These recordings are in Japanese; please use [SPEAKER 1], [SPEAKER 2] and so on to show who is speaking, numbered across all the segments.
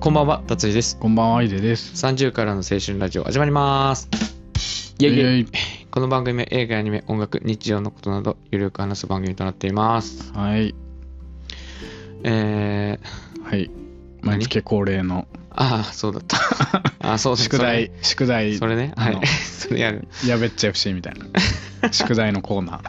[SPEAKER 1] こんばんは、達治です。
[SPEAKER 2] こんばんは、アイデです。
[SPEAKER 1] 30からの青春ラジオ始まります。イェイイェイ
[SPEAKER 2] イ
[SPEAKER 1] この番組は映画、アニメ、音楽、日常のことなど、ゆるく話す番組となっています。
[SPEAKER 2] はい。
[SPEAKER 1] えー、
[SPEAKER 2] はい。毎月恒例の
[SPEAKER 1] ああ、そうだ った。あーそうだ
[SPEAKER 2] 宿題、宿題、
[SPEAKER 1] それね。それねは
[SPEAKER 2] あ
[SPEAKER 1] い。 それやる。
[SPEAKER 2] やべっちゃ FC みたい な。宿題のコーナー。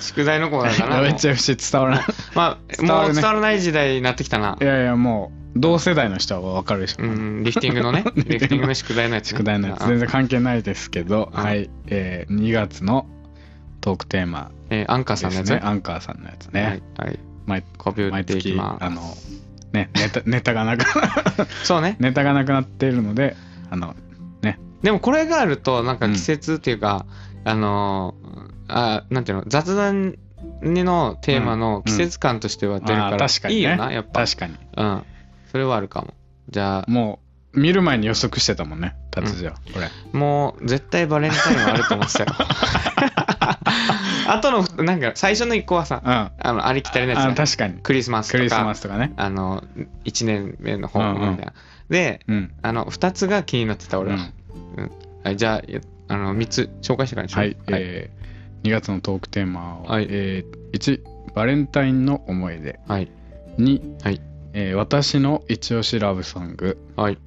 [SPEAKER 1] 宿題のコーナーかな。
[SPEAKER 2] やべ
[SPEAKER 1] も
[SPEAKER 2] っ
[SPEAKER 1] う
[SPEAKER 2] ちゃ FC 伝わらない。
[SPEAKER 1] まあ、
[SPEAKER 2] 伝わ
[SPEAKER 1] もう
[SPEAKER 2] るね
[SPEAKER 1] 伝わらない時代になってきたな。
[SPEAKER 2] いやいや、もう、同世代の人はわかるでしょ。
[SPEAKER 1] うん、リフティング のね。リフティングの宿題のやつね、
[SPEAKER 2] 宿題のやつ、
[SPEAKER 1] あ
[SPEAKER 2] 全然関係ないですけど、
[SPEAKER 1] うん
[SPEAKER 2] はい。えー、2月のトークテーマ
[SPEAKER 1] えーアンカーさ
[SPEAKER 2] で
[SPEAKER 1] んの
[SPEAKER 2] す
[SPEAKER 1] やつね
[SPEAKER 2] ね。アンカーさんのやつね。。
[SPEAKER 1] はい。はい
[SPEAKER 2] 毎
[SPEAKER 1] こび打っ
[SPEAKER 2] 毎
[SPEAKER 1] ていき
[SPEAKER 2] 月、
[SPEAKER 1] ま
[SPEAKER 2] あの、ね、ネタネタがなく、
[SPEAKER 1] す。そうね。
[SPEAKER 2] ネタがなくなっているので、あの、
[SPEAKER 1] でもこれがあるとなんか
[SPEAKER 2] うん
[SPEAKER 1] 季節っていうか、あのーあなんていうの雑談のテーマの季節感としては出るか
[SPEAKER 2] あー
[SPEAKER 1] ら、
[SPEAKER 2] 確かに
[SPEAKER 1] い
[SPEAKER 2] ね
[SPEAKER 1] いよなやっぱ
[SPEAKER 2] 確かに。
[SPEAKER 1] うんそれはあるかもじゃあ
[SPEAKER 2] もう見る前に予測してたもんね達治は、これ
[SPEAKER 1] もう絶対バレンタインはあると思 ってたよあとのなんか最初の一個はさ
[SPEAKER 2] うんあ
[SPEAKER 1] あのありきたりなやつね、
[SPEAKER 2] 確かに
[SPEAKER 1] クリスマスと
[SPEAKER 2] ク
[SPEAKER 1] か
[SPEAKER 2] リスマスとかね
[SPEAKER 1] あの1年目の本みたいな、
[SPEAKER 2] うんう
[SPEAKER 1] で
[SPEAKER 2] うん、
[SPEAKER 1] あの2つが気になってた
[SPEAKER 2] う
[SPEAKER 1] 俺
[SPEAKER 2] ん
[SPEAKER 1] は、はいじゃああの3つ紹介してからにしよう
[SPEAKER 2] はい、えー、2月のトークテーマを、
[SPEAKER 1] はい
[SPEAKER 2] えー、1バレンタインの思い出
[SPEAKER 1] はい
[SPEAKER 2] 2、
[SPEAKER 1] はい
[SPEAKER 2] えー私の一押しラブソング
[SPEAKER 1] はい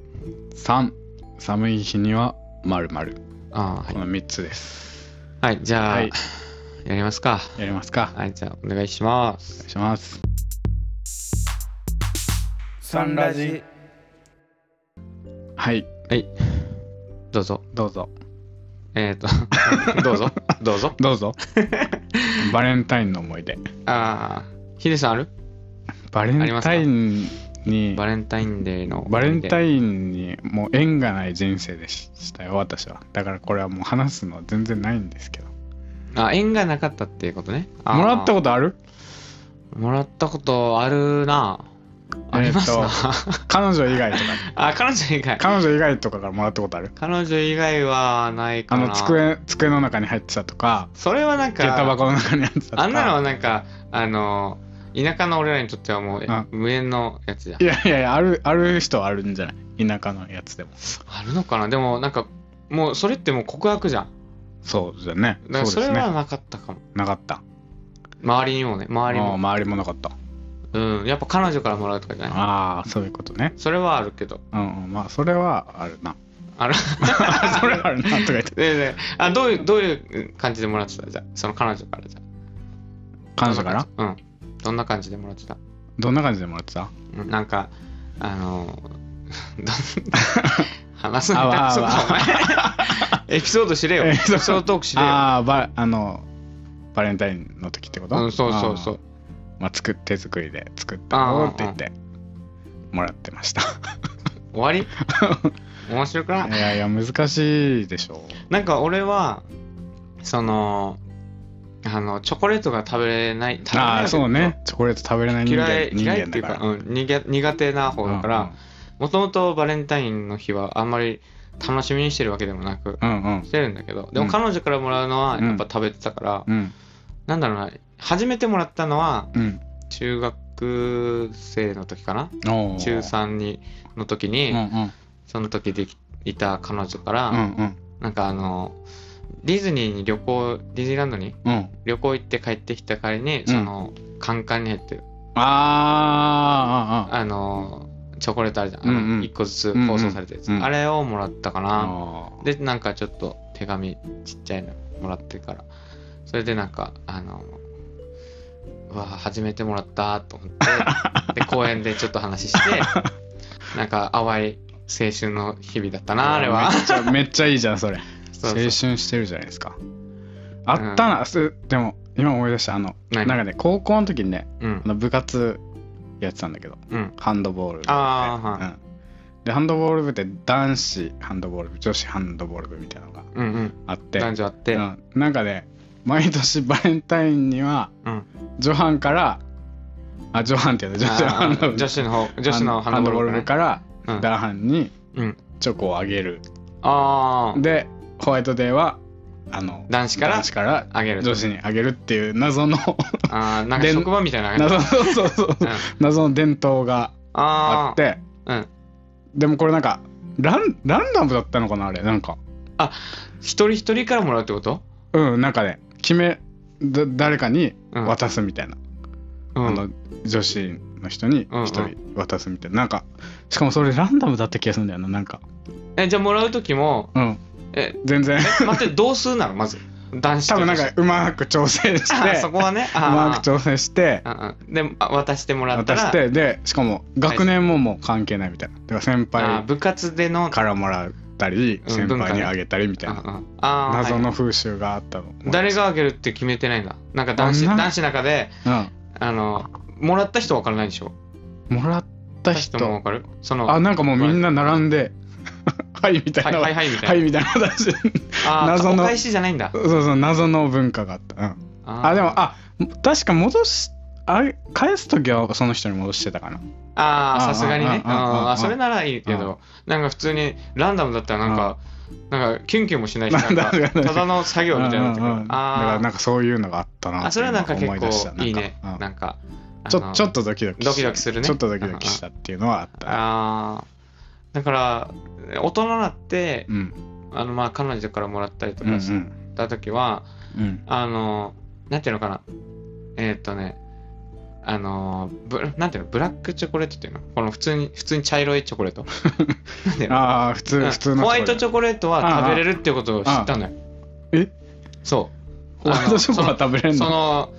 [SPEAKER 2] 3寒い日にはまるまる
[SPEAKER 1] ああ、
[SPEAKER 2] こ
[SPEAKER 1] はい。
[SPEAKER 2] の3つです
[SPEAKER 1] はい、じゃあ、
[SPEAKER 2] はい
[SPEAKER 1] やりますか。
[SPEAKER 2] やりますか
[SPEAKER 1] はい、じゃあ、お願いします
[SPEAKER 2] お。願いします
[SPEAKER 3] サンラジ
[SPEAKER 2] はい
[SPEAKER 1] どうぞ。
[SPEAKER 2] どうぞ
[SPEAKER 1] えっ、ー、と、どう ぞ。どうぞ。
[SPEAKER 2] ど うぞバレンタインの思い出
[SPEAKER 1] ああ、ヒデさんある
[SPEAKER 2] バレンタインに
[SPEAKER 1] バレンタインデーの。
[SPEAKER 2] バレンタ
[SPEAKER 1] ン。
[SPEAKER 2] インにもう縁がない人生でしたよ私はだからこれはもう話すのは全然ないんですけど
[SPEAKER 1] あ、縁がなかったっていうことね。あー
[SPEAKER 2] もらったことある
[SPEAKER 1] もらったことあるな。ありますな。
[SPEAKER 2] え彼女 以外とか
[SPEAKER 1] あ、彼女以外。
[SPEAKER 2] 彼女以外とかからもらったことある
[SPEAKER 1] 彼女以外はない
[SPEAKER 2] あ
[SPEAKER 1] かな。
[SPEAKER 2] の机机の中に入ってたとか
[SPEAKER 1] それはなん
[SPEAKER 2] 下駄
[SPEAKER 1] か、
[SPEAKER 2] 箱の中に入ってたとか
[SPEAKER 1] あんなのはなんか、あの、田舎の俺らにとってはもう
[SPEAKER 2] うん
[SPEAKER 1] 無縁のやつじゃん
[SPEAKER 2] い。やいやいやあるある人はあるんじゃない田舎のやつでも
[SPEAKER 1] あるのかなでもなんかもうそれってもう告白じゃん
[SPEAKER 2] そうじゃね
[SPEAKER 1] だから
[SPEAKER 2] そ
[SPEAKER 1] そう
[SPEAKER 2] で
[SPEAKER 1] れ
[SPEAKER 2] す
[SPEAKER 1] は
[SPEAKER 2] ね
[SPEAKER 1] なかったかも、
[SPEAKER 2] なかった
[SPEAKER 1] 周りにもね周り
[SPEAKER 2] あー
[SPEAKER 1] も
[SPEAKER 2] 周りもなかった
[SPEAKER 1] うんやっぱ彼女からもらうとかじゃない
[SPEAKER 2] ああそういうことね
[SPEAKER 1] それはあるけど
[SPEAKER 2] うんうんまあそれはあるな
[SPEAKER 1] ある
[SPEAKER 2] それはあるなとか言って
[SPEAKER 1] でであどういうどういう感じでもらってたじゃあその彼女からじゃあ
[SPEAKER 2] 彼女から
[SPEAKER 1] うんどんな感じでもらってた、
[SPEAKER 2] どんな感じでもらってた
[SPEAKER 1] うん、なんかあの ーどん話す
[SPEAKER 2] あわ
[SPEAKER 1] な
[SPEAKER 2] あ
[SPEAKER 1] そ
[SPEAKER 2] わ
[SPEAKER 1] お前エピソード知 れよエ
[SPEAKER 2] エ
[SPEAKER 1] ピ
[SPEAKER 2] ピ
[SPEAKER 1] ソ
[SPEAKER 2] ソード
[SPEAKER 1] ードトーク知れよ
[SPEAKER 2] ああばあのバレンタインの時ってこと、
[SPEAKER 1] うんそうそうそう
[SPEAKER 2] あーまあ作っ手作りで作ったのって言ってもらってました
[SPEAKER 1] 終わ り面白くない
[SPEAKER 2] いやいや難しいでしょ
[SPEAKER 1] なんか俺はそのあのチョコレートが食べれない食べれない
[SPEAKER 2] あ
[SPEAKER 1] わ
[SPEAKER 2] あ
[SPEAKER 1] け
[SPEAKER 2] ー
[SPEAKER 1] でしょ
[SPEAKER 2] そうねチョコレート食べれない人間
[SPEAKER 1] 嫌い
[SPEAKER 2] 人
[SPEAKER 1] 嫌いっ
[SPEAKER 2] 間
[SPEAKER 1] てい
[SPEAKER 2] だ
[SPEAKER 1] う
[SPEAKER 2] か、
[SPEAKER 1] からうん、苦苦手な方だからもともとバレンタインの日はあんまり楽しみにしてるわけでもなく
[SPEAKER 2] うんうんうん
[SPEAKER 1] してるんだけどでも
[SPEAKER 2] うん
[SPEAKER 1] 彼女からもらうのは
[SPEAKER 2] うん
[SPEAKER 1] やっぱ食べてたから、
[SPEAKER 2] うん
[SPEAKER 1] なんだろうな初めてもらったのは
[SPEAKER 2] うん
[SPEAKER 1] 中学生の時かな
[SPEAKER 2] うんおー
[SPEAKER 1] 中3にの時に、
[SPEAKER 2] うんうん
[SPEAKER 1] その時できいた彼女から、
[SPEAKER 2] うんうん
[SPEAKER 1] なんかあのディズニーに旅行ディズニーランドに
[SPEAKER 2] うん
[SPEAKER 1] 旅行行って帰ってきた帰りに、
[SPEAKER 2] ん
[SPEAKER 1] そのカンカンに入ってる
[SPEAKER 2] あーあーあー
[SPEAKER 1] あのチョコレートあるじゃん、あの
[SPEAKER 2] うんうん
[SPEAKER 1] 1個ずつ包装されたやつ、
[SPEAKER 2] うんうん
[SPEAKER 1] あれをもらったかな、
[SPEAKER 2] あー
[SPEAKER 1] でなんかちょっと手紙ちっちゃいのもらってからそれでなんかあのうわ初めてもらったと思って で公園でちょっと話してなんか淡い青春の日々だったなあれは
[SPEAKER 2] めっちゃめっちゃいいじゃんそれ
[SPEAKER 1] そうそう
[SPEAKER 2] 青春してるじゃないですかあったな、すでも今思い出したあの
[SPEAKER 1] 何
[SPEAKER 2] なんかね高校の時にね
[SPEAKER 1] うん
[SPEAKER 2] あの部活やってたんだけど
[SPEAKER 1] うん
[SPEAKER 2] ハンドボール部で
[SPEAKER 1] あーはい
[SPEAKER 2] うん、でハンドボール部って男子ハンドボール部女子ハンドボール部みたいなのが
[SPEAKER 1] うんうん
[SPEAKER 2] あって
[SPEAKER 1] 男女あって、
[SPEAKER 2] うんなんかね毎年バレンタインには
[SPEAKER 1] うん
[SPEAKER 2] ジョハンからあジョハンって言うんだ女子のハンドボール
[SPEAKER 1] 女子の方女子のハンドボール
[SPEAKER 2] ハ
[SPEAKER 1] ね
[SPEAKER 2] 部から
[SPEAKER 1] うん
[SPEAKER 2] ダーハンに
[SPEAKER 1] うん
[SPEAKER 2] チョコをあげる、
[SPEAKER 1] ああ
[SPEAKER 2] でホワイトデーはあの
[SPEAKER 1] 男子から
[SPEAKER 2] 男子から
[SPEAKER 1] あげる
[SPEAKER 2] 女子にあげるっていう謎の
[SPEAKER 1] ああなんか
[SPEAKER 2] で
[SPEAKER 1] 職場みたいなのあげる
[SPEAKER 2] 謎のそうそうそう
[SPEAKER 1] うん
[SPEAKER 2] 謎の伝統が
[SPEAKER 1] あ
[SPEAKER 2] あ
[SPEAKER 1] あ
[SPEAKER 2] って
[SPEAKER 1] うん
[SPEAKER 2] でもこれなんかランランダムだったのかなあれなんか
[SPEAKER 1] 一人一人からもらうってこと
[SPEAKER 2] うんなんかね決めだ誰かに
[SPEAKER 1] うん
[SPEAKER 2] 渡すみたいな、
[SPEAKER 1] うん
[SPEAKER 2] あの女子の人に一人渡すみたいな、なんかしかもそれランダムだった気がするんだよななんか
[SPEAKER 1] えじゃあもらう時も
[SPEAKER 2] うん
[SPEAKER 1] え
[SPEAKER 2] 全然
[SPEAKER 1] 待って同数なのまず男子と
[SPEAKER 2] 多分なんかうまく調整し
[SPEAKER 1] あ
[SPEAKER 2] て
[SPEAKER 1] そうこはね
[SPEAKER 2] まく
[SPEAKER 1] あ
[SPEAKER 2] 調整して
[SPEAKER 1] ああうんであ渡してもらった
[SPEAKER 2] 渡
[SPEAKER 1] ら
[SPEAKER 2] してでしかも学年ももう関係ないみたいなだから先
[SPEAKER 1] あ
[SPEAKER 2] 輩
[SPEAKER 1] 部活での
[SPEAKER 2] からもらったり
[SPEAKER 1] うん
[SPEAKER 2] 先
[SPEAKER 1] 文化
[SPEAKER 2] 輩
[SPEAKER 1] ね
[SPEAKER 2] にあげたりみたいな
[SPEAKER 1] ああああ
[SPEAKER 2] 謎
[SPEAKER 1] はい
[SPEAKER 2] の風習があったの、
[SPEAKER 1] 誰があげるって決めてないんだなんか男子
[SPEAKER 2] あなん
[SPEAKER 1] 男子の中で
[SPEAKER 2] う
[SPEAKER 1] あのもらった人分からないでしょ
[SPEAKER 2] んもらった
[SPEAKER 1] 出
[SPEAKER 2] 人
[SPEAKER 1] も分かるその
[SPEAKER 2] あなんかもうみんな並んで 「はい」みた
[SPEAKER 1] はいい
[SPEAKER 2] な「
[SPEAKER 1] はいはいみたいな、
[SPEAKER 2] はい」みたいな話
[SPEAKER 1] あー
[SPEAKER 2] 謎の
[SPEAKER 1] お返しじゃないんだ
[SPEAKER 2] そうそう謎の文化があった、うん、
[SPEAKER 1] あ
[SPEAKER 2] あでもあ確か戻すあれ返す時はその人に戻してたかな
[SPEAKER 1] あー
[SPEAKER 2] あー
[SPEAKER 1] さすがにね
[SPEAKER 2] あーあー
[SPEAKER 1] あ
[SPEAKER 2] あ
[SPEAKER 1] あ
[SPEAKER 2] ー
[SPEAKER 1] それならいいけどなんか普通にランダムだったらなんかなんかキュンキュンもしないしなんか
[SPEAKER 2] ランダムだね
[SPEAKER 1] ただの作業みたいになってくる
[SPEAKER 2] うんうんうんだから
[SPEAKER 1] あ
[SPEAKER 2] なんかそういうのがあった
[SPEAKER 1] ー
[SPEAKER 2] な
[SPEAKER 1] あそれはなんか結
[SPEAKER 2] 思い出した
[SPEAKER 1] 構いいね
[SPEAKER 2] なんか
[SPEAKER 1] なんか
[SPEAKER 2] うんち
[SPEAKER 1] あ
[SPEAKER 2] ょ
[SPEAKER 1] の
[SPEAKER 2] ちょっとドキドキした
[SPEAKER 1] ドキドキするね
[SPEAKER 2] ちょっとドキドキしたっていうのはあった
[SPEAKER 1] あーだから大人になって
[SPEAKER 2] うん
[SPEAKER 1] あのまあ彼女からもらったりと
[SPEAKER 2] うんう
[SPEAKER 1] かし
[SPEAKER 2] ん
[SPEAKER 1] た時は、
[SPEAKER 2] うん
[SPEAKER 1] あの、なんていうのかな。えーっとね、あの、ブなんていうの、ブラックチョコレートっていうのこの普通に、普通に茶色いチョコレート。なんていうの
[SPEAKER 2] ああ普
[SPEAKER 1] う
[SPEAKER 2] 通
[SPEAKER 1] ん
[SPEAKER 2] 普通の
[SPEAKER 1] ホワイトチ
[SPEAKER 2] ョ
[SPEAKER 1] ョコレートは食べれるってことを知ったのよ。
[SPEAKER 2] え
[SPEAKER 1] そう。
[SPEAKER 2] ホワイトチョコは
[SPEAKER 1] あ
[SPEAKER 2] 食べれ
[SPEAKER 1] の
[SPEAKER 2] ん
[SPEAKER 1] そ
[SPEAKER 2] の
[SPEAKER 1] の、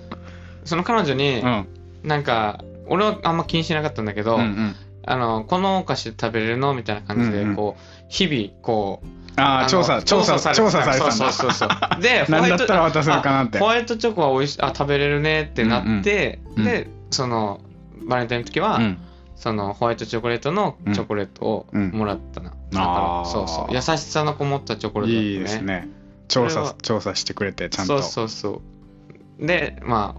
[SPEAKER 1] その彼女に、
[SPEAKER 2] うん
[SPEAKER 1] なんか、俺はあんま気にしなかったんだけど、
[SPEAKER 2] うんうん
[SPEAKER 1] あの、このお菓子食べれるのみたいな感じ
[SPEAKER 2] うんう
[SPEAKER 1] で、
[SPEAKER 2] ん
[SPEAKER 1] こう、日々、こう、あ
[SPEAKER 2] ああ
[SPEAKER 1] の
[SPEAKER 2] 調査調査調査されてたん
[SPEAKER 1] そう
[SPEAKER 2] だ
[SPEAKER 1] そうそうそう。で、
[SPEAKER 2] 何だったら渡せるかなって
[SPEAKER 1] ホワイトチョコは美味しいあ食べれるねってなって、
[SPEAKER 2] うんうん
[SPEAKER 1] でそのバレンタインの時は、
[SPEAKER 2] うん
[SPEAKER 1] そのホワイトチョコレートのチョコレートを
[SPEAKER 2] うん
[SPEAKER 1] もらったな、だ
[SPEAKER 2] あ
[SPEAKER 1] か
[SPEAKER 2] ー
[SPEAKER 1] らそうそう優しさのこもったチョコレートだった、ね、
[SPEAKER 2] いいですね
[SPEAKER 1] そ
[SPEAKER 2] 調
[SPEAKER 1] れは
[SPEAKER 2] 査調査してくれてちゃん
[SPEAKER 1] そ
[SPEAKER 2] と
[SPEAKER 1] うそうそうでま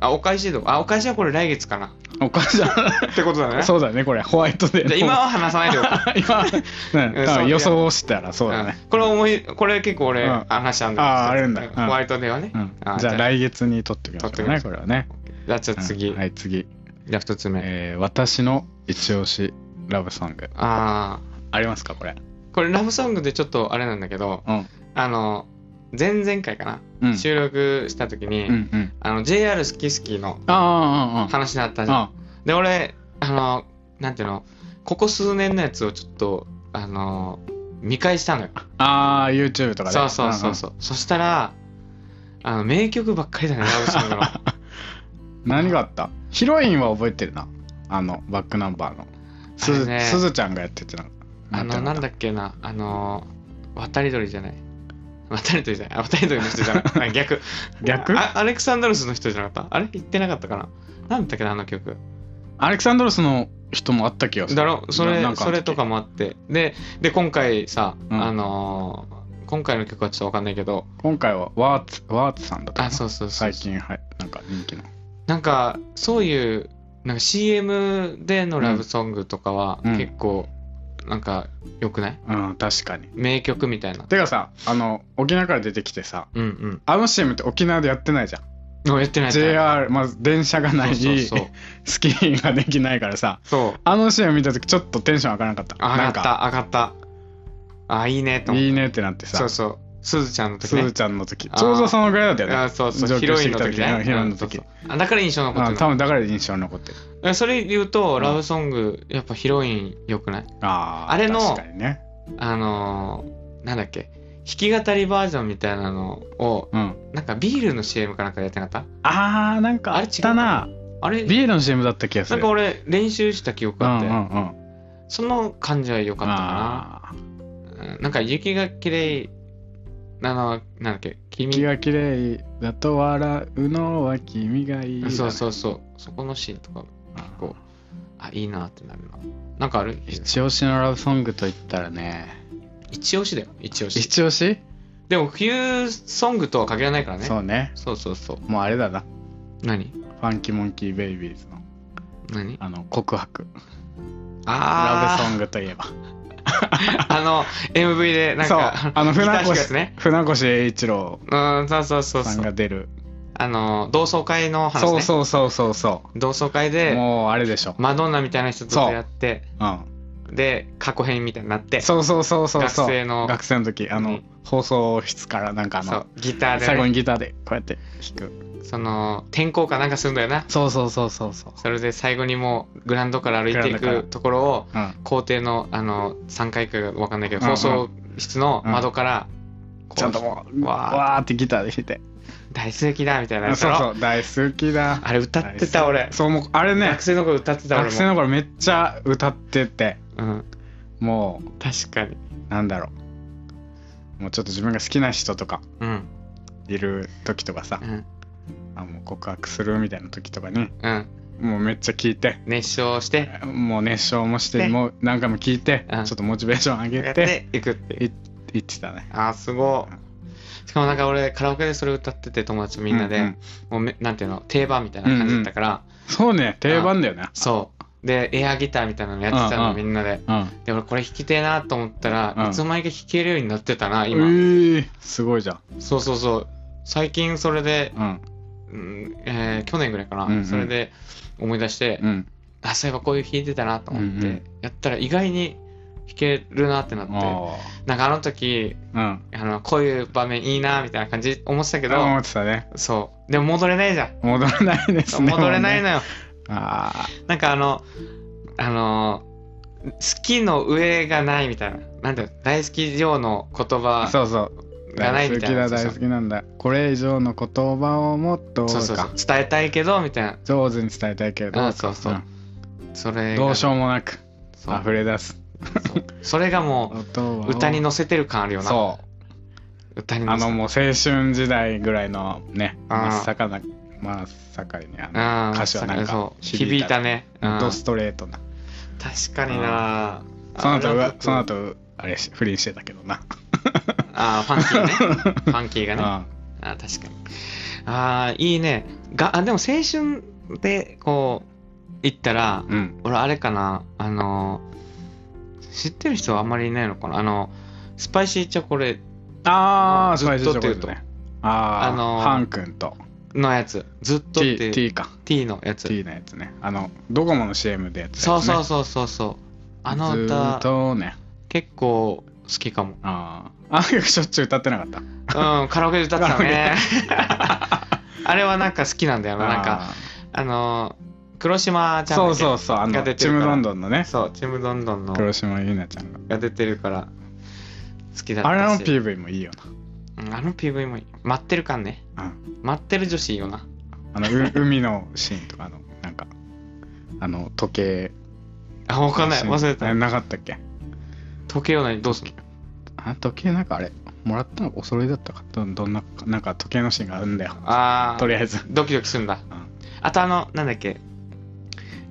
[SPEAKER 1] ああお返しとあお返しはこれ来月かな
[SPEAKER 2] お母さ
[SPEAKER 1] ってことだね
[SPEAKER 2] んそうだねこれホワイトデー
[SPEAKER 1] で今は話さないでよ、
[SPEAKER 2] 今、ね
[SPEAKER 1] うん
[SPEAKER 2] 多
[SPEAKER 1] そう
[SPEAKER 2] 分予想したらそうだ
[SPEAKER 1] うん
[SPEAKER 2] ね、
[SPEAKER 1] これ思いこれ結構俺
[SPEAKER 2] うん
[SPEAKER 1] 話したんだ
[SPEAKER 2] あーあるんだ
[SPEAKER 1] う
[SPEAKER 2] うん
[SPEAKER 1] ホワイトデーはね、
[SPEAKER 2] うん
[SPEAKER 1] あ
[SPEAKER 2] じ
[SPEAKER 1] じ
[SPEAKER 2] ゃ
[SPEAKER 1] ゃあ
[SPEAKER 2] あ来月に取っておきましょう
[SPEAKER 1] 取
[SPEAKER 2] ね
[SPEAKER 1] って
[SPEAKER 2] これはね
[SPEAKER 1] じゃあちょっと次、
[SPEAKER 2] うんはい次、
[SPEAKER 1] じゃあ2つ目、
[SPEAKER 2] えー私の一押しラブソング
[SPEAKER 1] ああ
[SPEAKER 2] ありますかこれ
[SPEAKER 1] これラブソングでちょっとあれなんだけど、
[SPEAKER 2] うん
[SPEAKER 1] あの前々回かな、
[SPEAKER 2] うん
[SPEAKER 1] 収録した時に、
[SPEAKER 2] うんうん
[SPEAKER 1] あの JR 好き好きの
[SPEAKER 2] あーあーあー
[SPEAKER 1] 話になったじゃん、
[SPEAKER 2] あ
[SPEAKER 1] で俺あのなんていうのここ数年のやつをちょっとあの見返したのよ
[SPEAKER 2] ーあー YouTube とかで
[SPEAKER 1] そうそうそうそう、そしたらあの名曲ばっかりだねラブソン グの
[SPEAKER 2] うんうん何があったヒロインは覚えてるなあのバックナンバーのす
[SPEAKER 1] あれ
[SPEAKER 2] ず,、
[SPEAKER 1] ね
[SPEAKER 2] すずちゃんがやっててな
[SPEAKER 1] あのなん
[SPEAKER 2] だ
[SPEAKER 1] だっけなあの渡り鳥じゃない渡り鳥じゃないあ渡り鳥の人じゃないあ逆
[SPEAKER 2] 逆
[SPEAKER 1] あアレクサンドロスの人じゃなかったあれ言ってなかったかななんだっけなあの曲
[SPEAKER 2] アレクサンドロスの人もあった気がする
[SPEAKER 1] だろそれ
[SPEAKER 2] ななんか
[SPEAKER 1] そ
[SPEAKER 2] あの時
[SPEAKER 1] れとかもあってでで今回さ、
[SPEAKER 2] うん
[SPEAKER 1] あのー今回の曲はちょっとわかんないけど
[SPEAKER 2] 今回はワーツワーツさんだったか
[SPEAKER 1] あ
[SPEAKER 2] な
[SPEAKER 1] そうそうそう
[SPEAKER 2] 最近はいなんか人気の
[SPEAKER 1] なんかそういうなんか CM でのラブソングとかは
[SPEAKER 2] うん
[SPEAKER 1] 結構、なんか良くない
[SPEAKER 2] うん確かに
[SPEAKER 1] 名曲みたいな
[SPEAKER 2] てかさあの沖縄から出てきてさ
[SPEAKER 1] うん
[SPEAKER 2] あの CM って沖縄でやってないじゃん
[SPEAKER 1] うんのやってないやってない
[SPEAKER 2] JR まず電車がない
[SPEAKER 1] そうそうそう
[SPEAKER 2] スキーができないからさ
[SPEAKER 1] そう
[SPEAKER 2] あの CM 見た時ちょっとテンション上がらなかった
[SPEAKER 1] 上が
[SPEAKER 2] な
[SPEAKER 1] っ
[SPEAKER 2] んか
[SPEAKER 1] た上がったあいいねと思って
[SPEAKER 2] いいねってなって
[SPEAKER 1] そ
[SPEAKER 2] さ
[SPEAKER 1] うそうすずちゃんの時
[SPEAKER 2] す
[SPEAKER 1] ね
[SPEAKER 2] ずちゃんの時
[SPEAKER 1] あー
[SPEAKER 2] ちょうどそのぐらいだったよ
[SPEAKER 1] あ
[SPEAKER 2] ね
[SPEAKER 1] そうそう
[SPEAKER 2] 上
[SPEAKER 1] ヒロ
[SPEAKER 2] 京
[SPEAKER 1] イ
[SPEAKER 2] し
[SPEAKER 1] ン
[SPEAKER 2] て
[SPEAKER 1] の
[SPEAKER 2] きた時
[SPEAKER 1] 時ね
[SPEAKER 2] うんヒロインの時
[SPEAKER 1] うんそうそうあだから印象残って
[SPEAKER 2] あ
[SPEAKER 1] る
[SPEAKER 2] 多分だから印象に残ってる
[SPEAKER 1] えそれ言うと、
[SPEAKER 2] うん
[SPEAKER 1] ラブソングやっぱヒロイン良くない
[SPEAKER 2] あー
[SPEAKER 1] あれの
[SPEAKER 2] 確かにね
[SPEAKER 1] あのーなんだっけ弾き語りバージョンみたいなのを
[SPEAKER 2] うん
[SPEAKER 1] なんかビールの CM かなんかやってなかった
[SPEAKER 2] あーなんかあったな
[SPEAKER 1] あれ
[SPEAKER 2] ビールの CM だった気がす
[SPEAKER 1] な
[SPEAKER 2] る
[SPEAKER 1] んか俺練習した記憶があって、
[SPEAKER 2] うんうんうん
[SPEAKER 1] その感じは良かっ
[SPEAKER 2] あー
[SPEAKER 1] たかなうんなんか雪が綺麗なのなんだっけ君
[SPEAKER 2] 気が綺麗だと笑うのは君がいいだね、
[SPEAKER 1] そうそううそうそこのシーンとかこうあいいなってなるななんかある
[SPEAKER 2] 一押しのラブソングと言ったらね
[SPEAKER 1] 一押しだよ一押し
[SPEAKER 2] 一押し、
[SPEAKER 1] でも冬ソングとは限らないからね
[SPEAKER 2] そうね
[SPEAKER 1] そうそうそう
[SPEAKER 2] もうあれだなフ
[SPEAKER 1] 何
[SPEAKER 2] ァンキーモンキーベイビーズの
[SPEAKER 1] 何
[SPEAKER 2] あの告白ラ
[SPEAKER 1] あ
[SPEAKER 2] ブソ
[SPEAKER 1] ン
[SPEAKER 2] ングといえば
[SPEAKER 1] グあの MV でなん
[SPEAKER 2] そう
[SPEAKER 1] か
[SPEAKER 2] あの
[SPEAKER 1] ギター弾
[SPEAKER 2] 船
[SPEAKER 1] くや
[SPEAKER 2] 越
[SPEAKER 1] つね
[SPEAKER 2] 船越英一郎
[SPEAKER 1] うんそうそうそう
[SPEAKER 2] さ
[SPEAKER 1] そ
[SPEAKER 2] ん
[SPEAKER 1] う
[SPEAKER 2] が出る
[SPEAKER 1] あの同窓会の話ね
[SPEAKER 2] そうそうそうそうそ
[SPEAKER 1] 同窓会
[SPEAKER 2] う
[SPEAKER 1] で
[SPEAKER 2] もうあれでしょ、
[SPEAKER 1] マドンナみたいな人と出会って
[SPEAKER 2] うん、
[SPEAKER 1] で過去編みたいになって
[SPEAKER 2] そうそうそうそうそう
[SPEAKER 1] 学生の
[SPEAKER 2] 学生の時あの、
[SPEAKER 1] うん
[SPEAKER 2] 放送室からなんかあ
[SPEAKER 1] そう
[SPEAKER 2] の
[SPEAKER 1] ギターで
[SPEAKER 2] 最後
[SPEAKER 1] ね、
[SPEAKER 2] にギターでこうやって弾く
[SPEAKER 1] その転校かなんかするんだよな
[SPEAKER 2] そうそうそうそうそう
[SPEAKER 1] それで最後にもうグラウンドから歩いてい
[SPEAKER 2] グラウンド
[SPEAKER 1] く
[SPEAKER 2] から
[SPEAKER 1] ところを
[SPEAKER 2] うん
[SPEAKER 1] 校庭のあの3階かわかんないけど
[SPEAKER 2] うん
[SPEAKER 1] 放
[SPEAKER 2] うん
[SPEAKER 1] 送室の窓からこう
[SPEAKER 2] ちゃんともう
[SPEAKER 1] わ
[SPEAKER 2] わ
[SPEAKER 1] ー
[SPEAKER 2] ーってギターで弾いて
[SPEAKER 1] 大好きだみたいなやつだ
[SPEAKER 2] そ
[SPEAKER 1] ろ
[SPEAKER 2] うそう大好きだ
[SPEAKER 1] あれ歌ってた俺
[SPEAKER 2] そうもうあれね
[SPEAKER 1] 学生の頃歌ってた俺
[SPEAKER 2] 学生
[SPEAKER 1] も、
[SPEAKER 2] の頃めっちゃ歌ってて
[SPEAKER 1] うん、
[SPEAKER 2] も
[SPEAKER 1] 確かに
[SPEAKER 2] うなんだろうもうちょっと自分が好きな人とか
[SPEAKER 1] うん
[SPEAKER 2] いる時とかさ
[SPEAKER 1] うん
[SPEAKER 2] あもう告白するみたいな時とかに
[SPEAKER 1] うん
[SPEAKER 2] もうめっちゃ聞いて
[SPEAKER 1] 熱唱して
[SPEAKER 2] もう熱唱もし
[SPEAKER 1] ね
[SPEAKER 2] てもう何回も聞いてち
[SPEAKER 1] う
[SPEAKER 2] ょ
[SPEAKER 1] ん
[SPEAKER 2] っとモチベーション上
[SPEAKER 1] や
[SPEAKER 2] げ
[SPEAKER 1] ってていくっていう
[SPEAKER 2] い行ってたね
[SPEAKER 1] あーすごいしかもなんか俺カラオケでそれ歌ってて友達とみんなで、
[SPEAKER 2] ううん
[SPEAKER 1] もうめなんていうの定番みたいな感じだったから、
[SPEAKER 2] そうね定番だよね
[SPEAKER 1] そうでエアギターみたいなのやってた
[SPEAKER 2] うん
[SPEAKER 1] の
[SPEAKER 2] うん
[SPEAKER 1] みんなで
[SPEAKER 2] うん
[SPEAKER 1] で俺これ弾きてえなと思ったら、
[SPEAKER 2] うん
[SPEAKER 1] いつの間にか弾けるようになってたな
[SPEAKER 2] え
[SPEAKER 1] 今、
[SPEAKER 2] ーすごいじゃん
[SPEAKER 1] そうそうそう最近それで、
[SPEAKER 2] うん
[SPEAKER 1] うんえー去年ぐらいかな、
[SPEAKER 2] うんうん
[SPEAKER 1] それで思い出して、
[SPEAKER 2] うん
[SPEAKER 1] あそういえばこういう弾いてたなと思って、
[SPEAKER 2] うんうん
[SPEAKER 1] やったら意外に弾けるなってなって
[SPEAKER 2] あ
[SPEAKER 1] なんかあの時
[SPEAKER 2] ーうん
[SPEAKER 1] あのこういう場面いいなみたいな感じ思ってたけど、
[SPEAKER 2] 思ってたね
[SPEAKER 1] そうでも戻れ ないじゃん
[SPEAKER 2] 戻れないですね
[SPEAKER 1] 戻れない
[SPEAKER 2] ね
[SPEAKER 1] のよ、
[SPEAKER 2] あ
[SPEAKER 1] なんかあのあの好きの上がないみたいななんていうの大好き上の言
[SPEAKER 2] あ
[SPEAKER 1] 葉
[SPEAKER 2] そうそう
[SPEAKER 1] がない
[SPEAKER 2] 大
[SPEAKER 1] み
[SPEAKER 2] 好
[SPEAKER 1] たい
[SPEAKER 2] き
[SPEAKER 1] な
[SPEAKER 2] だ大好きなんだこれ以上の言葉をもっと
[SPEAKER 1] そうそうそう
[SPEAKER 2] か
[SPEAKER 1] 伝えたいけどみたいな
[SPEAKER 2] 上手に伝えたいけれど
[SPEAKER 1] うんそうそうそれ
[SPEAKER 2] ん
[SPEAKER 1] が
[SPEAKER 2] どうしようもなく
[SPEAKER 1] そう
[SPEAKER 2] 溢れ出す
[SPEAKER 1] そうそれがも
[SPEAKER 2] 音を
[SPEAKER 1] う歌に乗せてる感あるよな
[SPEAKER 2] そう
[SPEAKER 1] 歌に
[SPEAKER 2] あ
[SPEAKER 1] 乗せ
[SPEAKER 2] のもう青春時代ぐらいのね
[SPEAKER 1] あー
[SPEAKER 2] 真っ盛な真っ盛りにあの
[SPEAKER 1] あ
[SPEAKER 2] 歌詞はなんか
[SPEAKER 1] 響
[SPEAKER 2] 響
[SPEAKER 1] い
[SPEAKER 2] い
[SPEAKER 1] た
[SPEAKER 2] た
[SPEAKER 1] ね、うん
[SPEAKER 2] ドストレートな
[SPEAKER 1] 確かにな
[SPEAKER 2] その
[SPEAKER 1] あ
[SPEAKER 2] 後
[SPEAKER 1] れは
[SPEAKER 2] はその後あれし不倫してたけどな
[SPEAKER 1] あーファンキ ーねファンキーがね
[SPEAKER 2] あ
[SPEAKER 1] あー確かにああいいねがあでも青春でこう行ったら、
[SPEAKER 2] うん
[SPEAKER 1] 俺あれかなあのー知ってる人はあんまりいないのかなあのスパイシーチョコレ
[SPEAKER 2] ああ
[SPEAKER 1] ず
[SPEAKER 2] ス
[SPEAKER 1] っ
[SPEAKER 2] パ
[SPEAKER 1] と
[SPEAKER 2] イシーチョコレ
[SPEAKER 1] っ
[SPEAKER 2] ー
[SPEAKER 1] て
[SPEAKER 2] ト
[SPEAKER 1] いうと
[SPEAKER 2] ねあ
[SPEAKER 1] あのー
[SPEAKER 2] あハン君と
[SPEAKER 1] ートのやつずっとってい
[SPEAKER 2] T,
[SPEAKER 1] う T,
[SPEAKER 2] T か
[SPEAKER 1] T のやつ
[SPEAKER 2] T のやつねあのドコモの CM でやってた
[SPEAKER 1] そ
[SPEAKER 2] や
[SPEAKER 1] う
[SPEAKER 2] つ、ね、
[SPEAKER 1] そう
[SPEAKER 2] う
[SPEAKER 1] そうそうそうあの
[SPEAKER 2] ずーっ
[SPEAKER 1] 歌
[SPEAKER 2] とね
[SPEAKER 1] 結構好きかも
[SPEAKER 2] あーあーしょっちゅう歌ってなかった
[SPEAKER 1] うん、カラオケで歌ってたね。 あれはなんか好きなんだよな。なんか、
[SPEAKER 2] あ
[SPEAKER 1] あのー、黒島
[SPEAKER 2] ー
[SPEAKER 1] ちゃんだっけ
[SPEAKER 2] そうそうそう
[SPEAKER 1] が
[SPEAKER 2] あ
[SPEAKER 1] 出
[SPEAKER 2] の
[SPEAKER 1] て
[SPEAKER 2] ち
[SPEAKER 1] るか
[SPEAKER 2] む
[SPEAKER 1] ら
[SPEAKER 2] どんどんのね
[SPEAKER 1] そう、ちむどんどんの
[SPEAKER 2] 黒島ゆなちゃんが
[SPEAKER 1] が出てるから、好きだったし。
[SPEAKER 2] あれの PV もいいよ
[SPEAKER 1] うんあの PV もいい待ってる感ね。
[SPEAKER 2] な、うん
[SPEAKER 1] 待ってる女子いいよな。
[SPEAKER 2] あのう 海のシーンとかのなんかあの時計
[SPEAKER 1] あ、わかんない。忘れ
[SPEAKER 2] あ
[SPEAKER 1] た。
[SPEAKER 2] なかったっけ
[SPEAKER 1] 時計を何どうすんの
[SPEAKER 2] あ時計なんかあれもらったのお揃いだったかどどんななんか時計のシーンがあるんだよ
[SPEAKER 1] あ
[SPEAKER 2] と
[SPEAKER 1] ー、
[SPEAKER 2] り あえず
[SPEAKER 1] ドキドキするんだ
[SPEAKER 2] うん。
[SPEAKER 1] あとあの、なんだっけ。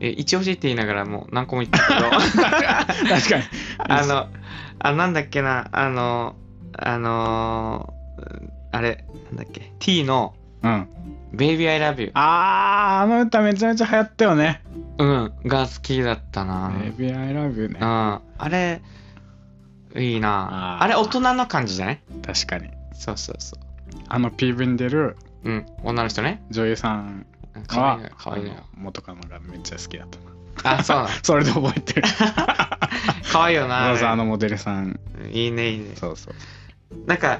[SPEAKER 1] え、一押しって言いながらもう何個も言ったけど。
[SPEAKER 2] 確かに
[SPEAKER 1] あの、あ、なんだっけな、あの、あのー、あれ、なんだっけ、T の
[SPEAKER 2] うん、
[SPEAKER 1] Baby I Love You、
[SPEAKER 2] あーあの歌めちゃめちゃ流行ったよね
[SPEAKER 1] うん、が好きだった
[SPEAKER 2] 「
[SPEAKER 1] な。
[SPEAKER 2] Baby I love you ね」
[SPEAKER 1] うん、あれ、いいな。
[SPEAKER 2] あー
[SPEAKER 1] あれ、大人の感じじゃない
[SPEAKER 2] 確かに
[SPEAKER 1] そうそうそ
[SPEAKER 2] あの PV に出る
[SPEAKER 1] う。うん、女の人ね。
[SPEAKER 2] 女優さん
[SPEAKER 1] かわいいの
[SPEAKER 2] は
[SPEAKER 1] よ、かわいいのよ。
[SPEAKER 2] あの元カノがめっちゃ好きだったな
[SPEAKER 1] あ、 そうなの。
[SPEAKER 2] それで覚えてる
[SPEAKER 1] かわいいよな。あ
[SPEAKER 2] まずあ
[SPEAKER 1] れ
[SPEAKER 2] のモデルさん
[SPEAKER 1] いいね、いいね。
[SPEAKER 2] そうそう
[SPEAKER 1] なんか、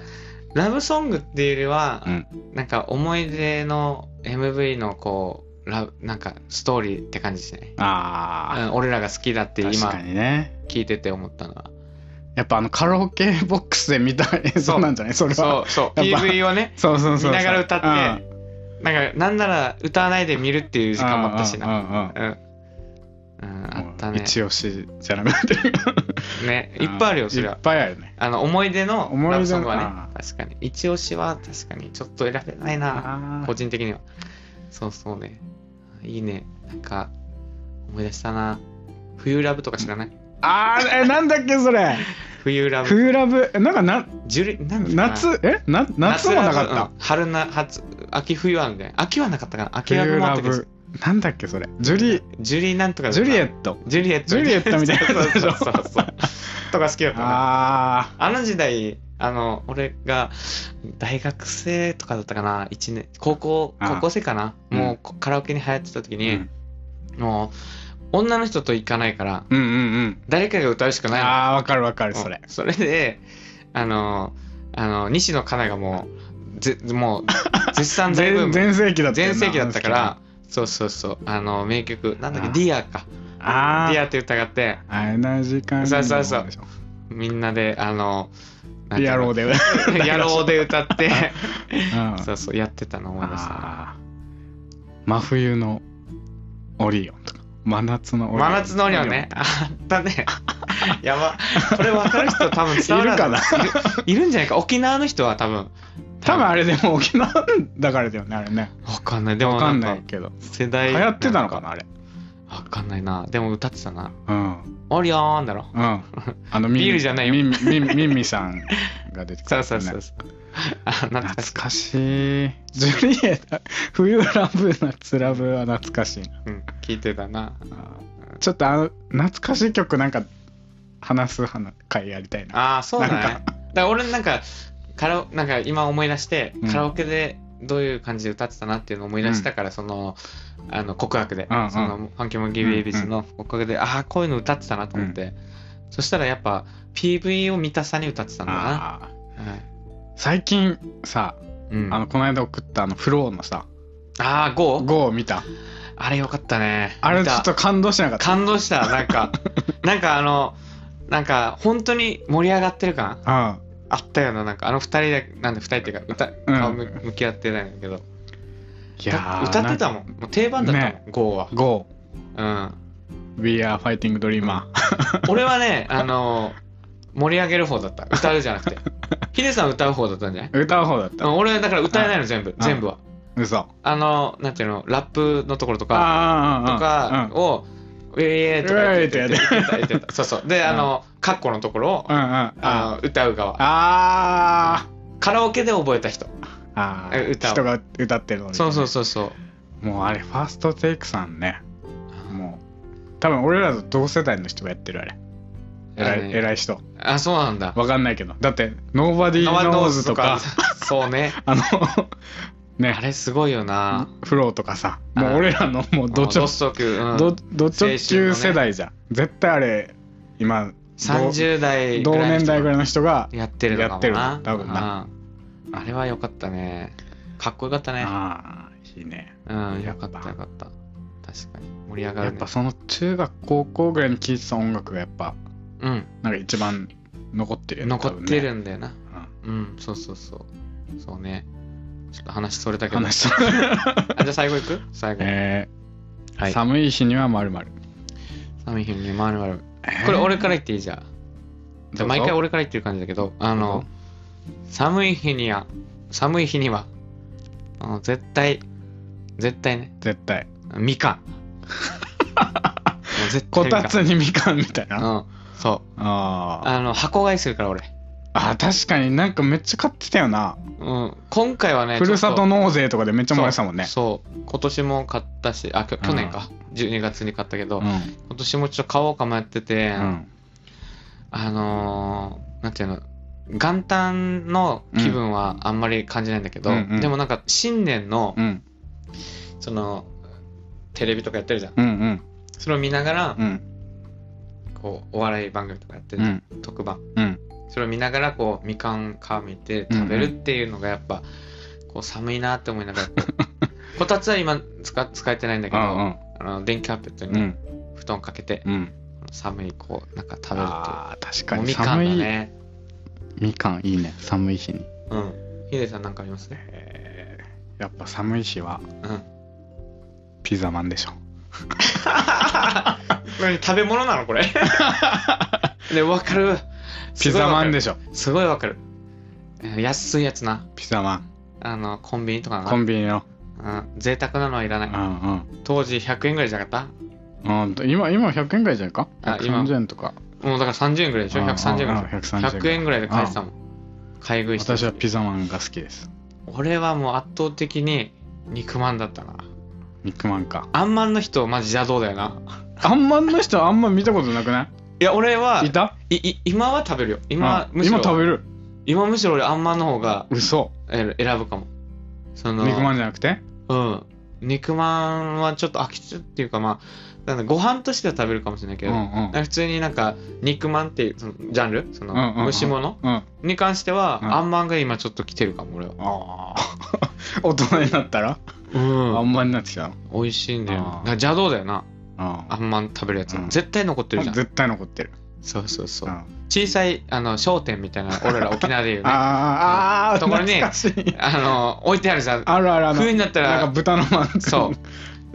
[SPEAKER 1] ラブソングっていうよりは、
[SPEAKER 2] うん
[SPEAKER 1] なんか思い出の MV のこう、ラブなんかストーリーって感じですね。
[SPEAKER 2] ああ
[SPEAKER 1] うん俺らが好きだって
[SPEAKER 2] 確
[SPEAKER 1] 今
[SPEAKER 2] かにね
[SPEAKER 1] 聞いてて思ったのは
[SPEAKER 2] やっぱあのカラオケボックスで見た映像なんじゃないそれは
[SPEAKER 1] そうそう
[SPEAKER 2] やっぱ
[SPEAKER 1] PV をね
[SPEAKER 2] そう そう
[SPEAKER 1] 見
[SPEAKER 2] そうそう
[SPEAKER 1] ながら歌って、なんかなんなら歌わないで見るっていう
[SPEAKER 2] うん
[SPEAKER 1] 時間もあったしな
[SPEAKER 2] うんうん
[SPEAKER 1] うん、
[SPEAKER 2] うん
[SPEAKER 1] うん、あったね
[SPEAKER 2] 一押しじゃなくて
[SPEAKER 1] ねいっぱいあるよそれ
[SPEAKER 2] い
[SPEAKER 1] は
[SPEAKER 2] っぱいあるね
[SPEAKER 1] あの思い出の
[SPEAKER 2] 思い出の
[SPEAKER 1] ラブソングは
[SPEAKER 2] あ
[SPEAKER 1] ね確かに一押しは確かにちょっと選べないな
[SPEAKER 2] あ
[SPEAKER 1] 個人的にはそうそうねいいねなんか思い出したな冬ラブとか知らない
[SPEAKER 2] あーえなんだっけそれ
[SPEAKER 1] 冬ラブ
[SPEAKER 2] 冬ラブえなんかな
[SPEAKER 1] ジュリなんだっけな
[SPEAKER 2] 夏えな夏もな
[SPEAKER 1] 夏ラ
[SPEAKER 2] かっ
[SPEAKER 1] ブ
[SPEAKER 2] た
[SPEAKER 1] うん春な夏秋冬はみたいな秋はなかったかな秋ラブ
[SPEAKER 2] 冬
[SPEAKER 1] もあった
[SPEAKER 2] ラ
[SPEAKER 1] けど
[SPEAKER 2] ブなんだっけそれジュリ
[SPEAKER 1] ジュリーなんとかだ
[SPEAKER 2] ジュリエ
[SPEAKER 1] ト
[SPEAKER 2] ット
[SPEAKER 1] ジュリエット
[SPEAKER 2] ジュリエットみたいなやつでしょ
[SPEAKER 1] そうそうそうとか好きだったなあ
[SPEAKER 2] あ
[SPEAKER 1] の時代あの俺が大学生とかだったかな一年高校
[SPEAKER 2] ああ
[SPEAKER 1] 高校生かな
[SPEAKER 2] うん
[SPEAKER 1] もうこカラオケに流行ってた時
[SPEAKER 2] ー
[SPEAKER 1] に、もう女の人と行かないから
[SPEAKER 2] うんうんうん。
[SPEAKER 1] 誰かが歌うしかないの
[SPEAKER 2] ああ、わかるわかる、
[SPEAKER 1] うん
[SPEAKER 2] それ。
[SPEAKER 1] それであのあの西野カナがもうぜも う絶賛大ブー
[SPEAKER 2] 全
[SPEAKER 1] ム
[SPEAKER 2] 全盛期だったよな
[SPEAKER 1] 全盛期だったから、そうそうそうあの名曲なんだっけ「
[SPEAKER 2] あー
[SPEAKER 1] ディアか「デ
[SPEAKER 2] あ
[SPEAKER 1] ィア
[SPEAKER 2] あ、
[SPEAKER 1] って歌があって
[SPEAKER 2] あれな時間
[SPEAKER 1] そうそうそうみんなであのなんてい
[SPEAKER 2] 野
[SPEAKER 1] うの
[SPEAKER 2] 郎で。
[SPEAKER 1] 野郎で歌って
[SPEAKER 2] うん
[SPEAKER 1] そうそうやってたの思い出した
[SPEAKER 2] あー真冬のオリオンとか真夏のオリオン
[SPEAKER 1] 真夏のオリオンねあった ねやばこれ分かる人多分伝わらない
[SPEAKER 2] い
[SPEAKER 1] るかないるんじゃないか沖縄の人は多分
[SPEAKER 2] 多分あれでも沖縄だからだよねあれね
[SPEAKER 1] 分かんないで
[SPEAKER 2] わ
[SPEAKER 1] も
[SPEAKER 2] か
[SPEAKER 1] なんん
[SPEAKER 2] な
[SPEAKER 1] か
[SPEAKER 2] いけど
[SPEAKER 1] 世代
[SPEAKER 2] 流行ってたのかなあれ
[SPEAKER 1] 分かんないなでも歌ってたな
[SPEAKER 2] うん
[SPEAKER 1] オリオンだろ
[SPEAKER 2] うん あの
[SPEAKER 1] ビールじゃないよ
[SPEAKER 2] ミンミンミンミさんが出てく
[SPEAKER 1] そ
[SPEAKER 2] る、
[SPEAKER 1] うそうそうそうあ懐かしい
[SPEAKER 2] 懐かしいジュリエタ冬ラブ夏ラブは懐かしいな
[SPEAKER 1] うん聞いてたな
[SPEAKER 2] ちょっとあの懐かしい曲なんか話す話会やりたいな
[SPEAKER 1] ああそうだね
[SPEAKER 2] な
[SPEAKER 1] だ
[SPEAKER 2] んか
[SPEAKER 1] から俺なんかカラオなんか今思い出して、
[SPEAKER 2] うん
[SPEAKER 1] カラオケでどういう感じで歌ってたなっていうのを思い出したから、そのあの告白で、
[SPEAKER 2] うんうん
[SPEAKER 1] そのファンキーモンキーベイビーズの告白で、ああこういうの歌ってたなと思って、そしたらやっぱ PV を見たさに歌ってたんだな、
[SPEAKER 2] あー
[SPEAKER 1] はい
[SPEAKER 2] 最近さ
[SPEAKER 1] うん、
[SPEAKER 2] あ
[SPEAKER 1] あ
[SPEAKER 2] のこの間送ったあのフローのさ
[SPEAKER 1] あー GO?
[SPEAKER 2] GO を見た
[SPEAKER 1] あれよかったね
[SPEAKER 2] あれ
[SPEAKER 1] 見
[SPEAKER 2] ち
[SPEAKER 1] た
[SPEAKER 2] ょっと感動しなかった
[SPEAKER 1] 感動したなん かなんかあのなんか本当に盛り上がってる感
[SPEAKER 2] あ
[SPEAKER 1] あったよななんかあの二人でなんで二人っていうか歌、
[SPEAKER 2] うん
[SPEAKER 1] 顔向向き合ってないんだけど
[SPEAKER 2] いやー
[SPEAKER 1] 歌ってたもんもう定番だったもん、
[SPEAKER 2] ね
[SPEAKER 1] GO は、
[SPEAKER 2] GO
[SPEAKER 1] うん、
[SPEAKER 2] We are fighting dreamer
[SPEAKER 1] 俺はねあの盛り上げる方だった歌うじゃな くてヒデさん歌う方だったんじゃない
[SPEAKER 2] 歌う方だっ
[SPEAKER 1] う
[SPEAKER 2] た
[SPEAKER 1] ん俺はだから歌えないの全部
[SPEAKER 2] ん
[SPEAKER 1] 全部は
[SPEAKER 2] 嘘
[SPEAKER 1] あのなんていうのラップのところとか
[SPEAKER 2] あ
[SPEAKER 1] とか
[SPEAKER 2] ー
[SPEAKER 1] を「ウェイとか言って
[SPEAKER 2] ウェ
[SPEAKER 1] 言
[SPEAKER 2] イって
[SPEAKER 1] って
[SPEAKER 2] や
[SPEAKER 1] た言ってたそうそうであのカッコのところを
[SPEAKER 2] うんうんうん
[SPEAKER 1] あ
[SPEAKER 2] あ
[SPEAKER 1] の歌う側
[SPEAKER 2] あ
[SPEAKER 1] カラオケで覚えた人
[SPEAKER 2] ーあ
[SPEAKER 1] え
[SPEAKER 2] ー
[SPEAKER 1] 歌を
[SPEAKER 2] 人が歌ってるのに
[SPEAKER 1] そうそうそうそう
[SPEAKER 2] もうあれファーストテイクさんねもう多分俺らと同世代の人がやってるあれ偉
[SPEAKER 1] あの
[SPEAKER 2] い
[SPEAKER 1] ね
[SPEAKER 2] 偉い人
[SPEAKER 1] あそうなんだ
[SPEAKER 2] わかんないけどだって「Nobody
[SPEAKER 1] ワン
[SPEAKER 2] Knows」とか
[SPEAKER 1] そう ね
[SPEAKER 2] あの
[SPEAKER 1] あ
[SPEAKER 2] ね
[SPEAKER 1] れすごいよな
[SPEAKER 2] フローとかさもう
[SPEAKER 1] あー
[SPEAKER 2] 俺らのもうどちょ
[SPEAKER 1] ドストク、うん
[SPEAKER 2] どど直球世代じゃん、絶対あれ今
[SPEAKER 1] 30代
[SPEAKER 2] 同同年代ぐらい
[SPEAKER 1] い
[SPEAKER 2] の人が
[SPEAKER 1] やってるのかもな
[SPEAKER 2] やってる多分な
[SPEAKER 1] うんあれは良かったねかっこよかったね
[SPEAKER 2] ああいいね
[SPEAKER 1] うん
[SPEAKER 2] や
[SPEAKER 1] よ
[SPEAKER 2] っぱ
[SPEAKER 1] かったよかった確かに盛り上が
[SPEAKER 2] や
[SPEAKER 1] る
[SPEAKER 2] っ
[SPEAKER 1] ね
[SPEAKER 2] ぱその中学高校ぐらいに聴いてた音楽がやっぱ
[SPEAKER 1] うん
[SPEAKER 2] なんか一番残ってるよね
[SPEAKER 1] 残ってる
[SPEAKER 2] 多
[SPEAKER 1] んだよな
[SPEAKER 2] 分ね
[SPEAKER 1] うんそうそうそうそうねちょっと話それだ
[SPEAKER 2] うん
[SPEAKER 1] けどあじ
[SPEAKER 2] 話しとる
[SPEAKER 1] ゃあ最後いく最後
[SPEAKER 2] えー
[SPEAKER 1] はい
[SPEAKER 2] 寒い日にはまるまる
[SPEAKER 1] 寒い日にまるまるこれ俺から言っていいじゃん。じゃあ毎回俺から言ってる感じだけど、あの、寒い日には、寒い日には、あの絶対、絶対ね、
[SPEAKER 2] 絶対
[SPEAKER 1] みかん。もう 絶対
[SPEAKER 2] こ
[SPEAKER 1] みかん。
[SPEAKER 2] たつにみかんみたいうな、あ
[SPEAKER 1] ん、そう。
[SPEAKER 2] あ
[SPEAKER 1] あの、箱買いするから俺。
[SPEAKER 2] あ確かになんかめっちゃ買ってたよな、
[SPEAKER 1] うん、今回はね、
[SPEAKER 2] ふるさと
[SPEAKER 1] の
[SPEAKER 2] 納税とかでめっちゃもらってたもんね
[SPEAKER 1] そう。今年も買ったし、あ、きょ去年か。12月に買ったけど、
[SPEAKER 2] う
[SPEAKER 1] 今年もちょっと買おうか迷ってて、
[SPEAKER 2] んうん
[SPEAKER 1] あのー、なんていうの元旦の気分はあんまり感じないんだけど、
[SPEAKER 2] うんうんうん
[SPEAKER 1] でもなんか新年の、
[SPEAKER 2] うん
[SPEAKER 1] そのテレビとかやってるじゃん
[SPEAKER 2] うんうん
[SPEAKER 1] それを見ながら、
[SPEAKER 2] うん
[SPEAKER 1] こうお笑い番組とかやって
[SPEAKER 2] う
[SPEAKER 1] るじゃん、
[SPEAKER 2] ん
[SPEAKER 1] 特番
[SPEAKER 2] うん
[SPEAKER 1] それを見ながらこうみかん皮見て食べるっていうのがやっぱ、こう寒いなって思いな がらこうこたつは今使使えてないんだけど、
[SPEAKER 2] うん
[SPEAKER 1] あの電気カーペット
[SPEAKER 2] う
[SPEAKER 1] に
[SPEAKER 2] ん
[SPEAKER 1] 布団かけて、
[SPEAKER 2] うん
[SPEAKER 1] 寒いこうなんか食べるって
[SPEAKER 2] あー確
[SPEAKER 1] い
[SPEAKER 2] か
[SPEAKER 1] うもう
[SPEAKER 2] に
[SPEAKER 1] みかん
[SPEAKER 2] 寒
[SPEAKER 1] だ
[SPEAKER 2] い
[SPEAKER 1] ね
[SPEAKER 2] みかんいいね寒い日に
[SPEAKER 1] うんヒデさんなんかありますね
[SPEAKER 2] えーやっぱ寒い日は
[SPEAKER 1] うん
[SPEAKER 2] ピザマンでしょ
[SPEAKER 1] 何食べ物なのこれ で分かる
[SPEAKER 2] ピザマンで
[SPEAKER 1] し
[SPEAKER 2] しょ
[SPEAKER 1] ょすごい分かるうん安いやつな
[SPEAKER 2] ピザマン
[SPEAKER 1] あのコンビニとかな
[SPEAKER 2] コンビニの
[SPEAKER 1] うん、贅沢なのはいら
[SPEAKER 2] う
[SPEAKER 1] ない
[SPEAKER 2] ん
[SPEAKER 1] 当時100円ぐらいじゃなかっ
[SPEAKER 2] うんうんと今今100円ぐらいじゃないか
[SPEAKER 1] あ今
[SPEAKER 2] 130円とか
[SPEAKER 1] たもうだから30円ぐらいでしょ
[SPEAKER 2] うんうん
[SPEAKER 1] 130円ぐらいでしょ
[SPEAKER 2] うん130円ぐらい
[SPEAKER 1] 100円ぐらいで買えてたもん買い食いして
[SPEAKER 2] 私はピザマンが好きです
[SPEAKER 1] 俺はもう圧倒的に肉まんだったな
[SPEAKER 2] 肉まんか
[SPEAKER 1] あんまんの人マジ邪道だよな
[SPEAKER 2] あんまんの人はあんま見たことなくない
[SPEAKER 1] や俺はい
[SPEAKER 2] た
[SPEAKER 1] いい今は食べるよ今
[SPEAKER 2] うん
[SPEAKER 1] むしろ
[SPEAKER 2] 今食べる
[SPEAKER 1] 今むしろ俺あんまんの方が
[SPEAKER 2] 嘘
[SPEAKER 1] え選ぶかもその
[SPEAKER 2] 肉まんじゃなくて
[SPEAKER 1] うん肉まんはちょっと飽きつっていうかまあなんだご飯としては食べるかもしれないけ
[SPEAKER 2] うん
[SPEAKER 1] ど、
[SPEAKER 2] う
[SPEAKER 1] なん
[SPEAKER 2] ん
[SPEAKER 1] か普通になんか肉まんっていうそのジャンルその
[SPEAKER 2] うんうんうん
[SPEAKER 1] 蒸し物
[SPEAKER 2] うんあ
[SPEAKER 1] に関しては、
[SPEAKER 2] うん
[SPEAKER 1] あんまんが今ちょっと来てるかも俺は
[SPEAKER 2] あー 大人になったら、
[SPEAKER 1] うん
[SPEAKER 2] あんまになってきたの
[SPEAKER 1] 美味しいんだよな
[SPEAKER 2] あー
[SPEAKER 1] だから邪道だよな
[SPEAKER 2] あ
[SPEAKER 1] あんまん食べるやつ、
[SPEAKER 2] うん
[SPEAKER 1] 絶対残ってるじゃん
[SPEAKER 2] 絶対残ってる、、
[SPEAKER 1] そうそうそううん
[SPEAKER 2] あ
[SPEAKER 1] 小さいあの商店みたいな俺ら沖縄で言うねあ
[SPEAKER 2] あああ
[SPEAKER 1] ところ
[SPEAKER 2] 懐
[SPEAKER 1] に
[SPEAKER 2] かしい
[SPEAKER 1] の置いてあるじゃん
[SPEAKER 2] あるあるあの
[SPEAKER 1] 冬になった
[SPEAKER 2] なんから豚のマーク
[SPEAKER 1] そう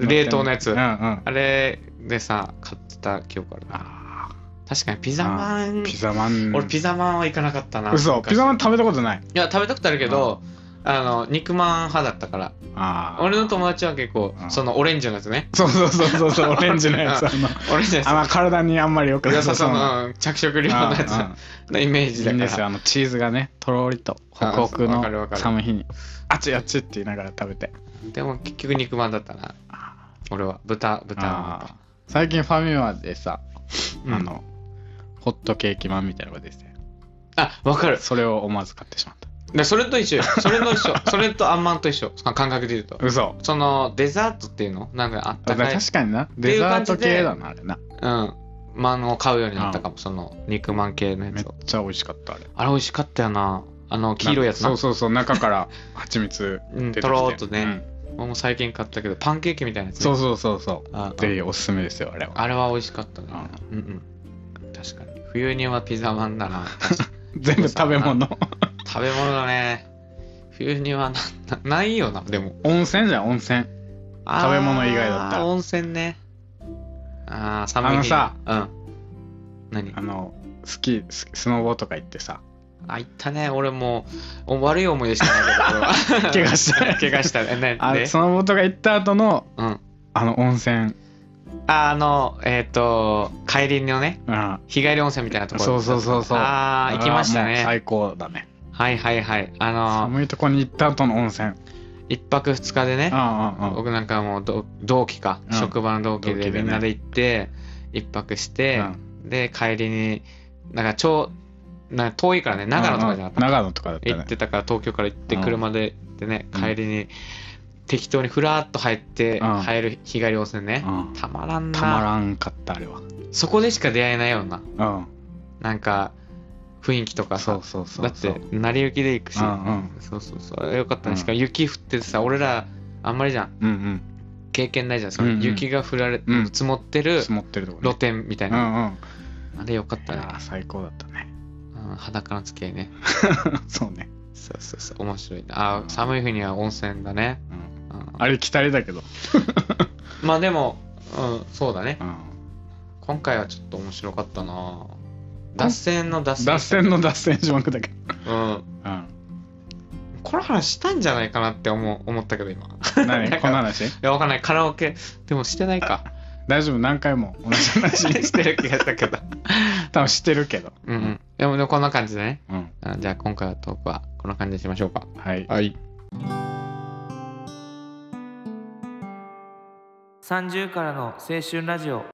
[SPEAKER 1] 冷凍のやつ
[SPEAKER 2] うんうんあ
[SPEAKER 1] あれでさ買ってた記憶あるな
[SPEAKER 2] あ
[SPEAKER 1] 確かにピザマン
[SPEAKER 2] ーピザマン
[SPEAKER 1] 俺ピザマンは行かなかったな
[SPEAKER 2] 嘘
[SPEAKER 1] 昔
[SPEAKER 2] ピザマン食べたことない
[SPEAKER 1] いや食べたくたあるけどあの肉まん派だったから
[SPEAKER 2] ああ
[SPEAKER 1] 俺の友達は結構
[SPEAKER 2] うん
[SPEAKER 1] そのオレンジのやつね
[SPEAKER 2] そうそうそうそうそうオレンジのやつあの
[SPEAKER 1] オレンジのやつ
[SPEAKER 2] あまあ体にあんまりよく
[SPEAKER 1] 良さそう
[SPEAKER 2] な
[SPEAKER 1] なうん着色料のやつ
[SPEAKER 2] うん
[SPEAKER 1] のイメー
[SPEAKER 2] い
[SPEAKER 1] ジ
[SPEAKER 2] いんで
[SPEAKER 1] だ
[SPEAKER 2] す
[SPEAKER 1] から
[SPEAKER 2] よあのチーズがねとろりと
[SPEAKER 1] あ
[SPEAKER 2] ホクホク
[SPEAKER 1] わかるわか
[SPEAKER 2] の
[SPEAKER 1] る
[SPEAKER 2] 寒い日にあっちあっちって言いながら食べて
[SPEAKER 1] でも結局肉まんだったな俺は豚豚
[SPEAKER 2] あー最近ファミマでさ
[SPEAKER 1] うん
[SPEAKER 2] あのホットケーキまんみたいなのが出てて
[SPEAKER 1] あわかる
[SPEAKER 2] それを思わず買ってしまった
[SPEAKER 1] でそれと一緒よそれと一緒 それとあんまんと一緒その感覚で言うと
[SPEAKER 2] 嘘
[SPEAKER 1] そのデザートっていうのなんかあったかい
[SPEAKER 2] 確かにな
[SPEAKER 1] てい
[SPEAKER 2] デ
[SPEAKER 1] う
[SPEAKER 2] ザ
[SPEAKER 1] 感
[SPEAKER 2] ー
[SPEAKER 1] じで
[SPEAKER 2] ト系だなあれな
[SPEAKER 1] うんまんを買うようになったかもその肉まん系のや
[SPEAKER 2] めっ
[SPEAKER 1] つを
[SPEAKER 2] ちゃ美味しかったあれ
[SPEAKER 1] あれ美味しかったよなあの黄色いやつな
[SPEAKER 2] そうそうそう中から蜂蜜
[SPEAKER 1] うん
[SPEAKER 2] 出てきて
[SPEAKER 1] とろーっとね
[SPEAKER 2] うん
[SPEAKER 1] もう最近買ったけどパンケーキみたいなやつね
[SPEAKER 2] そうそうそうそう
[SPEAKER 1] あ
[SPEAKER 2] ぜひおすすめですよあれは
[SPEAKER 1] あれは美味しかったねうんうん確かに冬にはピザマンだな
[SPEAKER 2] 全部食べ物
[SPEAKER 1] 食べ物だね冬にはななないよなでも
[SPEAKER 2] 温泉じゃん温泉
[SPEAKER 1] 食
[SPEAKER 2] べ物以外だったら
[SPEAKER 1] 温泉ねああ寒い日
[SPEAKER 2] あ
[SPEAKER 1] うん何
[SPEAKER 2] あのスキーススノボとか行ってさ
[SPEAKER 1] あ行ったね俺もうお悪い思い出したんだけど俺は
[SPEAKER 2] 怪我したね
[SPEAKER 1] 怪我したねね
[SPEAKER 2] あ
[SPEAKER 1] で
[SPEAKER 2] スノボとか行った後の
[SPEAKER 1] うん
[SPEAKER 2] あの温泉
[SPEAKER 1] ああのえっ、と帰りのね
[SPEAKER 2] うん
[SPEAKER 1] 日帰り温泉みたいなところ
[SPEAKER 2] そうそうそうそう
[SPEAKER 1] ああ行きました
[SPEAKER 2] あれはもう
[SPEAKER 1] ね
[SPEAKER 2] 最高だね
[SPEAKER 1] はいはいはいあの
[SPEAKER 2] 寒いとこに行った後の温泉
[SPEAKER 1] 一泊二日でね
[SPEAKER 2] あああ
[SPEAKER 1] 僕なんかもうど同期か、
[SPEAKER 2] うん
[SPEAKER 1] 職場の同期
[SPEAKER 2] 同
[SPEAKER 1] で
[SPEAKER 2] 期でね
[SPEAKER 1] みんなで行って一泊して、で帰りになんか超なんか遠いからね長野とかじゃなかった、
[SPEAKER 2] 長野とかだった
[SPEAKER 1] 行っ
[SPEAKER 2] ね
[SPEAKER 1] てたから東京から行って
[SPEAKER 2] うん
[SPEAKER 1] 車ででね、
[SPEAKER 2] うん
[SPEAKER 1] 帰りに適当にふらっと入って、
[SPEAKER 2] うん
[SPEAKER 1] 入る日帰り温泉ね、
[SPEAKER 2] うん
[SPEAKER 1] たまらんな
[SPEAKER 2] たまらんかったあれは
[SPEAKER 1] そこでしか出会えないような
[SPEAKER 2] う
[SPEAKER 1] なんか雰囲気とか
[SPEAKER 2] んそ
[SPEAKER 1] さ
[SPEAKER 2] うそうそう
[SPEAKER 1] だって成り行きで行くし、
[SPEAKER 2] うんうん
[SPEAKER 1] そうそうそうあれよかったね、
[SPEAKER 2] うん
[SPEAKER 1] しかも雪降っててさ俺らあんまりじゃん
[SPEAKER 2] うんうん
[SPEAKER 1] 経験ないじゃんその
[SPEAKER 2] うんうん
[SPEAKER 1] 雪が降られ、
[SPEAKER 2] うん
[SPEAKER 1] 積もってる
[SPEAKER 2] 積もってるとこね
[SPEAKER 1] 露天みたいうな、
[SPEAKER 2] んうん
[SPEAKER 1] あれよかった
[SPEAKER 2] い
[SPEAKER 1] ね
[SPEAKER 2] や、ー最高だったね
[SPEAKER 1] うん、裸の付き合いね
[SPEAKER 2] そうね、
[SPEAKER 1] そうそうそう面白いなあー寒い日には温泉だね、
[SPEAKER 2] うん、
[SPEAKER 1] うん
[SPEAKER 2] あれ期待だけど、
[SPEAKER 1] まあでも、うん、そうだね
[SPEAKER 2] うん、
[SPEAKER 1] 今回はちょっと面白かったな脱線の脱線
[SPEAKER 2] 脱線の脱線しまくったけど、
[SPEAKER 1] うん
[SPEAKER 2] うん、
[SPEAKER 1] この話したんじゃないかなって思う思ったけど今い
[SPEAKER 2] 何
[SPEAKER 1] なんか
[SPEAKER 2] この話
[SPEAKER 1] やわかんないカラオケでもしてないか
[SPEAKER 2] 大丈夫何回も同じ話に
[SPEAKER 1] してる気がしたけど
[SPEAKER 2] 多分してるけど、
[SPEAKER 1] うん、うん、でもでもこんな感じでね
[SPEAKER 2] うん、
[SPEAKER 1] あじゃあ今回はトークはこんな感じにしましょうか
[SPEAKER 2] はい
[SPEAKER 1] はい
[SPEAKER 3] 30からの青春ラジオ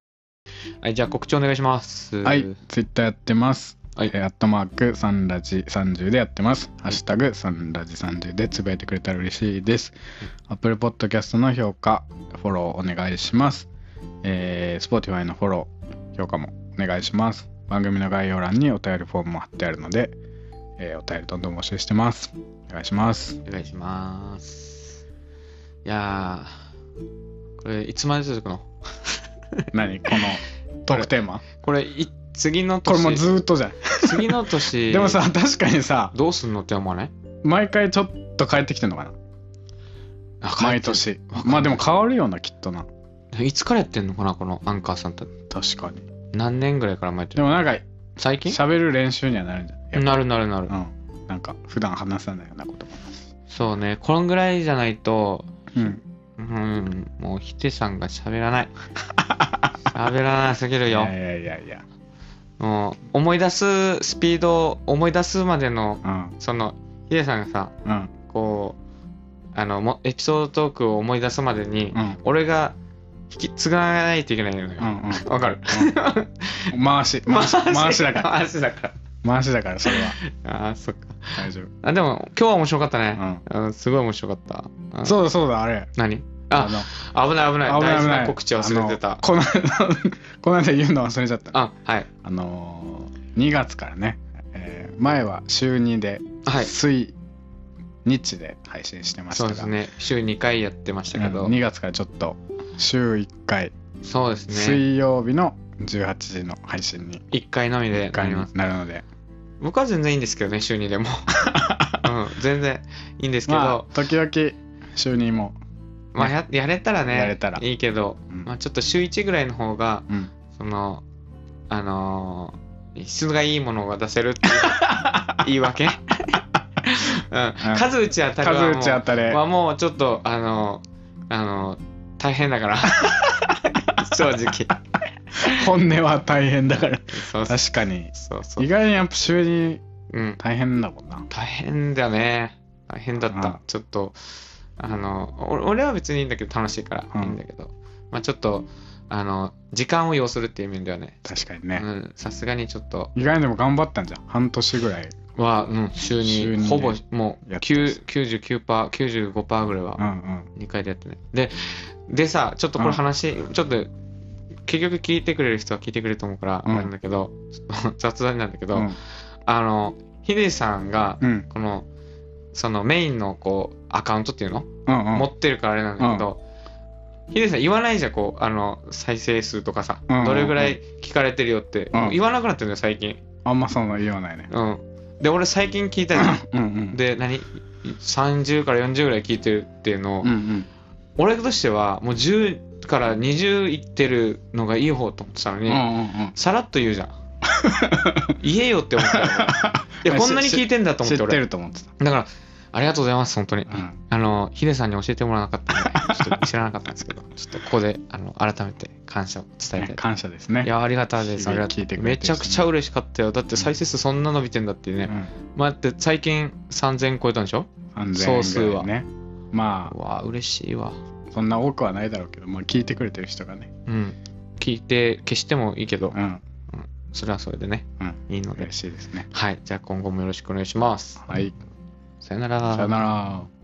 [SPEAKER 1] はい、じゃあ告知お願いします。
[SPEAKER 2] はい、ツイッターやってます。
[SPEAKER 1] はい
[SPEAKER 2] えーアットマークサンラジ30でやってます。ハッシュタグサンラジ30でつぶやいてくれたら嬉しいです。Apple Podcast の評価、フォローお願いします。えー、Spotify のフォロー、評価もお願いします。番組の概要欄にお便りフォームも貼ってあるので、えーお便りどんどん募集してます。お願いします。
[SPEAKER 1] お願いします。いやー、これ、いつまで続くの
[SPEAKER 2] 何この トークテーマ
[SPEAKER 1] これ、い次の
[SPEAKER 2] これ
[SPEAKER 1] 年、
[SPEAKER 2] もうずーっとじゃん。
[SPEAKER 1] 次の年、
[SPEAKER 2] でもさ、確かにさ、
[SPEAKER 1] どうすんのって思わない
[SPEAKER 2] 毎回ちょっと帰ってきてんのかな
[SPEAKER 1] あ
[SPEAKER 2] 毎。年
[SPEAKER 1] わかんない
[SPEAKER 2] まあでも変わるよなきっとない
[SPEAKER 1] つからやってんのかな、このアンカーさんって。
[SPEAKER 2] 確かに
[SPEAKER 1] 何年ぐらいから前って
[SPEAKER 2] で
[SPEAKER 1] る
[SPEAKER 2] もなんか
[SPEAKER 1] 最近
[SPEAKER 2] 喋る練習にはなるんじゃないやっ
[SPEAKER 1] なるなるなる。
[SPEAKER 2] ぱうんなんか普段話さないようなことも
[SPEAKER 1] そうね、このぐらいじゃないと、
[SPEAKER 2] うん
[SPEAKER 1] うん、もうヒテさんが喋ら ない。喋らなすぎる
[SPEAKER 2] い
[SPEAKER 1] よ。
[SPEAKER 2] やいやいやいや
[SPEAKER 1] もう思い出すスピード、思い出すまでの
[SPEAKER 2] うん
[SPEAKER 1] そのヒデさんがさ
[SPEAKER 2] うん
[SPEAKER 1] こうあのもエピソードトークを思い出すまでに、
[SPEAKER 2] うん
[SPEAKER 1] 俺が引き継がないといけないのよ、
[SPEAKER 2] うんうん
[SPEAKER 1] わ かる
[SPEAKER 2] う ん回し回し回しだから
[SPEAKER 1] 回しだか
[SPEAKER 2] 回しだからそれは
[SPEAKER 1] らあーそっか
[SPEAKER 2] 大丈
[SPEAKER 1] あでも今日は面白かったね、
[SPEAKER 2] 夫
[SPEAKER 1] うんすごい面白かった、
[SPEAKER 2] う
[SPEAKER 1] あ
[SPEAKER 2] んそうだそうだあれ
[SPEAKER 1] 何あ
[SPEAKER 2] の
[SPEAKER 1] 危ない危ない
[SPEAKER 2] あ
[SPEAKER 1] 大事な告知忘れて
[SPEAKER 2] あの
[SPEAKER 1] た
[SPEAKER 2] この この間言うの忘れちゃった
[SPEAKER 1] あはい
[SPEAKER 2] あのー2月からね、えー前は週2で
[SPEAKER 1] はい
[SPEAKER 2] 水日で配信してまし
[SPEAKER 1] そう
[SPEAKER 2] たが
[SPEAKER 1] ですね週2回やってましたけど、
[SPEAKER 2] うん2月からちょっと週1回、
[SPEAKER 1] そうですね
[SPEAKER 2] 水曜日の18時の配信に
[SPEAKER 1] 1回のみでな
[SPEAKER 2] 回
[SPEAKER 1] り
[SPEAKER 2] に
[SPEAKER 1] ます
[SPEAKER 2] なるので
[SPEAKER 1] 僕は全然いいんですけどね週2でも、 うん、全然いいんですけど、
[SPEAKER 2] まあ時々週2も、
[SPEAKER 1] まあややれたらね
[SPEAKER 2] やれたら
[SPEAKER 1] いいけど、
[SPEAKER 2] うん
[SPEAKER 1] まあ、ちょっと週1ぐらいの方が
[SPEAKER 2] うん
[SPEAKER 1] そのあのー質がいいものが出せる っていう言い訳、うん、数打ち当たるは
[SPEAKER 2] 数
[SPEAKER 1] もう
[SPEAKER 2] 打ち当たれ、
[SPEAKER 1] はもうちょっとあのあの大変だから 正直
[SPEAKER 2] 本音は大変だから
[SPEAKER 1] そうそう
[SPEAKER 2] 確かに
[SPEAKER 1] そうそ
[SPEAKER 2] 意
[SPEAKER 1] う、
[SPEAKER 2] 外にやっぱ週2
[SPEAKER 1] うん、
[SPEAKER 2] 大変だもんな
[SPEAKER 1] 大変だね大変だった、
[SPEAKER 2] うん
[SPEAKER 1] ちょっとあのお俺は別にいいんだけど楽しいから
[SPEAKER 2] うん
[SPEAKER 1] いいんだけど、まあちょっとあの時間を要するっていう面ではね
[SPEAKER 2] 確かに
[SPEAKER 1] う
[SPEAKER 2] ね、
[SPEAKER 1] んさすがにちょっと
[SPEAKER 2] 意外にでも頑張ったんじゃん半年ぐらい、
[SPEAKER 1] は、うん、週に
[SPEAKER 2] 週にね
[SPEAKER 1] ほぼもう
[SPEAKER 2] やってます
[SPEAKER 1] 9 99%、95%ぐらい
[SPEAKER 2] うんう
[SPEAKER 1] は
[SPEAKER 2] ん、
[SPEAKER 1] 2回でやってね。で、でさ、ちょっとこれ話、ちょっと、結局聞いてくれる人は聞いてくれると思うから、
[SPEAKER 2] うん
[SPEAKER 1] あれなんだけど、 ちょっと雑談なんだけど、
[SPEAKER 2] うん
[SPEAKER 1] あの、ヒデさんが、
[SPEAKER 2] うん
[SPEAKER 1] この、そのメインのこう、アカウントっていうの、
[SPEAKER 2] うんうん
[SPEAKER 1] 持ってるからあれなんだけど、ヒデさん言わないじゃん、こう、あの、再生数とかさ、
[SPEAKER 2] うん
[SPEAKER 1] どれぐらい聞かれてるよって、
[SPEAKER 2] うん
[SPEAKER 1] 言わなくなってるのよ、最近。
[SPEAKER 2] あんまそんな言わないね
[SPEAKER 1] うん。で、俺最近聞いたじゃん。
[SPEAKER 2] うんうん
[SPEAKER 1] で、何 ?30 から40ぐらい聞いてるっていうのを、
[SPEAKER 2] うんうん
[SPEAKER 1] 俺としてはもう10から20いってるのがいい方と思ってたの
[SPEAKER 2] う
[SPEAKER 1] に、
[SPEAKER 2] んうんうん
[SPEAKER 1] さらっと言う じゃん言えよって思ったよ俺いやこんなに聞いてんだと思っ
[SPEAKER 2] 知
[SPEAKER 1] て
[SPEAKER 2] って
[SPEAKER 1] 俺
[SPEAKER 2] ると思ってた
[SPEAKER 1] だからありがとうございます本当に、
[SPEAKER 2] ん
[SPEAKER 1] あのヒデさんに教えてもらわなかった んでちょっと知らなかったんですけどちょっとここであの改めて感謝を伝え
[SPEAKER 2] ね
[SPEAKER 1] て、
[SPEAKER 2] 感謝ですね
[SPEAKER 1] いやありがたいで
[SPEAKER 2] 日
[SPEAKER 1] すあ
[SPEAKER 2] 々
[SPEAKER 1] りがた
[SPEAKER 2] 聞いてくれてる人ね
[SPEAKER 1] めちゃくちゃ嬉しかったよだって再生数そんな伸びてんだってね、まあだって最近3000超えたんでしょ
[SPEAKER 2] うん、3000
[SPEAKER 1] 総数
[SPEAKER 2] 円ぐらいねま
[SPEAKER 1] うわあ嬉しいわ
[SPEAKER 2] あそんな多くはないだろうけど、まあ、聞いてくれてる人がね
[SPEAKER 1] うん聞いて消してもいいけど、
[SPEAKER 2] うん
[SPEAKER 1] それはそれでね、
[SPEAKER 2] うん
[SPEAKER 1] いいので
[SPEAKER 2] 嬉しいですね
[SPEAKER 1] はい、じゃあ今後もよろしくお願いします。
[SPEAKER 2] はい
[SPEAKER 1] さよなら。
[SPEAKER 2] さよなら